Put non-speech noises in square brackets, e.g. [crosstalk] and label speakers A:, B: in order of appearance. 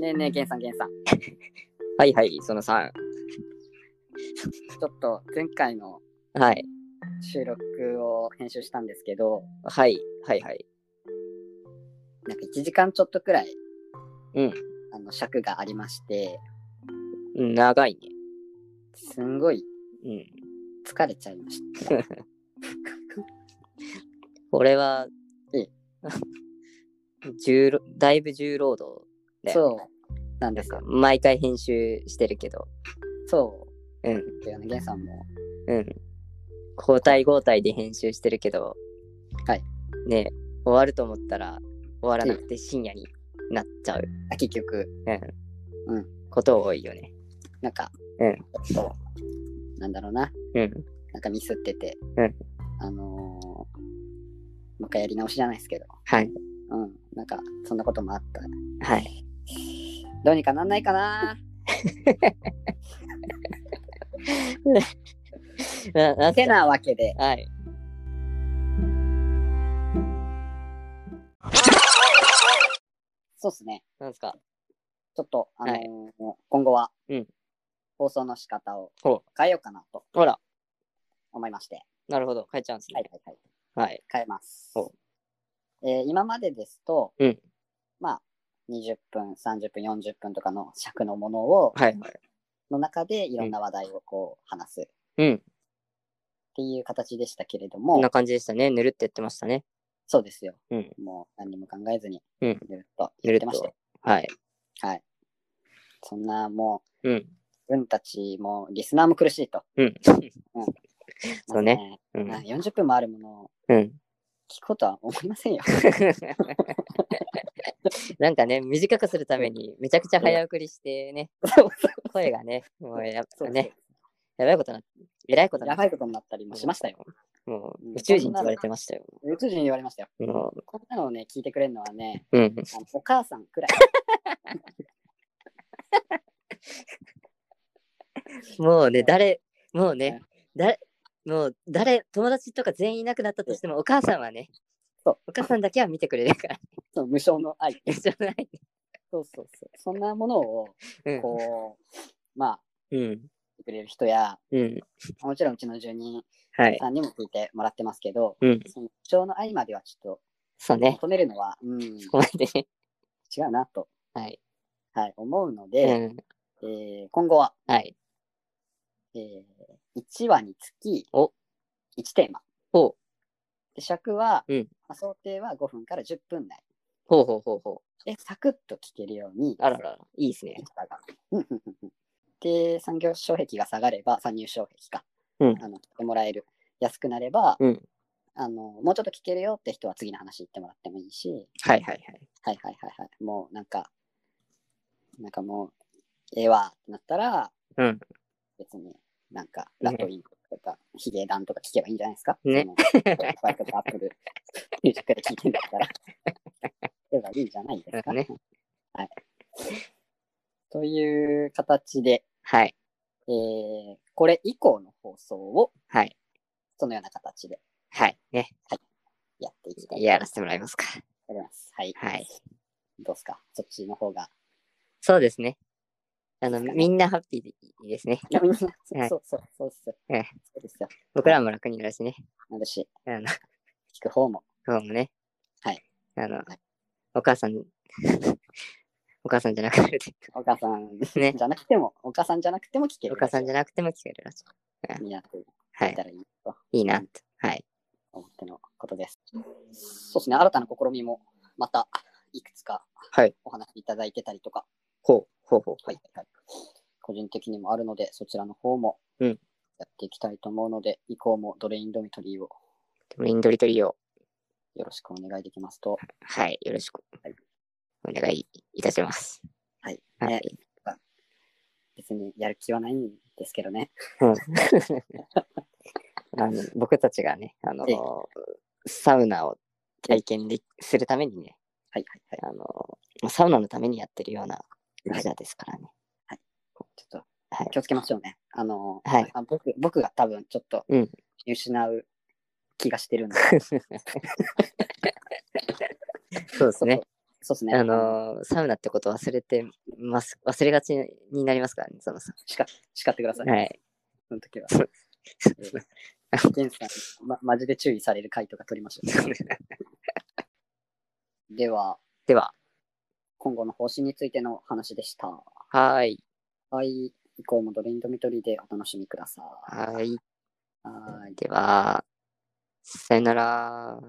A: ねえねえ、ゲンさん、ゲンさん。
B: はいはい、その3。
A: ちょっと前回の
B: はい。
A: 収録を編集したんですけど、
B: はい。はいはい。
A: なんか1時間ちょっとくらい、
B: うん。
A: あの、尺がありまして、
B: うん長いね。
A: すんごい
B: うん。
A: 疲れちゃいまし
B: 俺は、
A: え
B: [laughs] 重労だいぶ重労働
A: た。
B: だよ
A: そう。なんです
B: な
A: よ
B: ん。か毎回編集してるけど、
A: そ
B: うん。
A: う。だよね、ゲンさんも。
B: うん。交代交代で編集してるけど、
A: はい。
B: ね終わると思ったら、終わらなくて深夜になっちゃう
A: あ結局、
B: こと多いよね。
A: なんか、
B: うん
A: ちょっと、なんだろうな。
B: うん。
A: なんかミスってて、
B: うん
A: あのーもう一回やり直しじゃないですけど、
B: はい。
A: うん。なんか、そんなこともあった。
B: はい。
A: どうにかなんないかな
B: なな
A: て
B: ぜ
A: なわけで、
B: はい。
A: そうっすね。
B: なんですか
A: ちょっと、あのー
B: はい
A: 今後は、
B: うん
A: 放送の仕方を
B: ほう
A: 変えようかなと
B: ほら、
A: 思いまして、
B: なるほど。変えちゃうんです
A: は
B: ね
A: い。はいはい、
B: はい。
A: 変えます
B: ほ。
A: えー今までですと、
B: うん
A: まあ、20分、30分、40分とかの尺のものを、
B: はいはい。
A: の中でいろんな話題をこう話すっ
B: うん。
A: ていう形でしたけれど
B: こん
A: も
B: な、感じでしたね。ぬるって言ってましたね。
A: そうですよ。
B: うん
A: もう何にも考えずに、
B: うん
A: ずっと
B: ぬ
A: 言
B: る
A: っ
B: って
A: ましたよ
B: と。。はい。
A: はい。そんなも
B: うん。
A: う、自分たちも、リスナーも苦しいと。
B: うん。 [laughs] そうねう
A: まず
B: ん。
A: ね。40分もあるものを
B: うん。
A: 聞くことは思いませんよ。
B: [laughs] なんかね、短くするために、めちゃくちゃ早送りしてね、声がね、もうやっぱ
A: [laughs]
B: ね、やばいことな、えらいこと
A: や
B: な、
A: ばいことになったりもしましたよ。
B: も
A: う
B: うん宇宙人って言われてましたよ。
A: 宇宙人に言われましたよ。
B: も
A: こんなのをね、聞いてくれるのはね、
B: う、うん。
A: あのお母さんくらい。
B: もうね、誰、もう
A: は
B: ね
A: い、
B: 誰、もう誰、友達とか全員いなくなったとしても、お母さんはね、
A: そう
B: お母さんだけは見てくれるから、
A: その無償の
B: [laughs]
A: 愛。
B: 一緒ない。
A: そうそうそう。そんなものを、
B: うん
A: こう、まあ、
B: うん。
A: 聞いてくれる人や、
B: うん。
A: もちろんうちの住人
B: はい。
A: さんにも聞いてもらってますけど、
B: うん。
A: その無償の愛まではちょっ
B: そう
A: と
B: ね。
A: 求めるのは、うん、違
B: そこまでね。
A: うなと、
B: はい。
A: はい、思うの
B: う
A: で、
B: ん。
A: えー今後は、
B: はい。
A: えー、1話につき、
B: お
A: 1テーマ。
B: ほう。
A: で尺は、
B: うん
A: まあ、想定は5分から10分内。
B: ほうほうほうほ
A: で、サクッと聞けるように
B: う。、あららら、いいですね。
A: 板がうんうんうんうんで、産業障壁が下がれば、参入障壁か、
B: うん
A: あの、買ってもらえる、安くなれば、
B: うん
A: あの、もうちょっと聞けるよって人は次の話行ってもらってもいいし、
B: はいはいはい。
A: はいはいはいはい、もうなんか、なんかもう、ええわってなったら、
B: うん
A: 別になんか、ラットインとか、ヒゲダンとか聞けばいいんじゃないですか。
B: ね
A: その。バイトとアップル、 [laughs] ミュージックで聞いてんだったら、 [laughs] 聞けばいいんじゃないですか。
B: ね。
A: という形で、
B: はい。
A: えーこれ以降の放送を
B: はい。
A: そのような形で
B: はい。ね。
A: やっていきたいと
B: やらせてもらいますか。
A: 思います。はい。
B: はい。
A: どうですかそっちの方が。
B: そうですね。あの、みんなハッピーでいいですね。
A: いやみん
B: [laughs]
A: な
B: はい
A: そうそうそうですよ。
B: はい
A: そうですよ。
B: 僕らも楽になるしね。
A: なるし、
B: あの、
A: 聞く方も。
B: そうもね。
A: はい。
B: あの、お母さん、 [laughs] お母さんじゃなくて、
A: お母さん
B: ね
A: じゃなくても、お母さんじゃなくても聞ける。
B: お母さんじゃなくても聞けるらしい。
A: になってい
B: は
A: た
B: い。
A: らいいと
B: いいなと。はい。
A: 思ってのことです。そうですね。新たな試みもまたいくつか
B: はい
A: お話いただいてたりとか、
B: ほう、ほうほう。
A: はいはい個人的にもあるので、そちらの方も
B: うん
A: やっていきたいと思うので、以降もドレインドミトリーを
B: でもインドリトリを、
A: よろしくお願いできますと、
B: はい。よろしく
A: はい。
B: お願いいたします。
A: はい。
B: は
A: ね
B: い。
A: 別にやる気はないんですけどね。
B: [laughs] あの僕たちがね、あの
A: ええ
B: サウナを体験でするためにね、
A: はいはいはい。
B: あのサウナのためにやってるようなレジャーですからね。
A: ちょっ
B: はい
A: と気をつけましょうね。あの、
B: はい
A: あ僕僕が多分ちょっと
B: うん
A: 見失う気がしてるんで、
B: そうですね。
A: そうですね。
B: あのーサウナってこと忘れてます、忘れがちになりますからね、そのさ。
A: 叱叱ってください。
B: はい。
A: その時は。
B: そう
A: ゲンさん、ま、マジで注意される回とか撮りましょう。 [laughs] では、
B: では、
A: 今後の方針についての話でした。
B: はーい。
A: はい。以降もドレインドミトリーでお楽しみください。
B: はーい。
A: はい。
B: では、さよなら。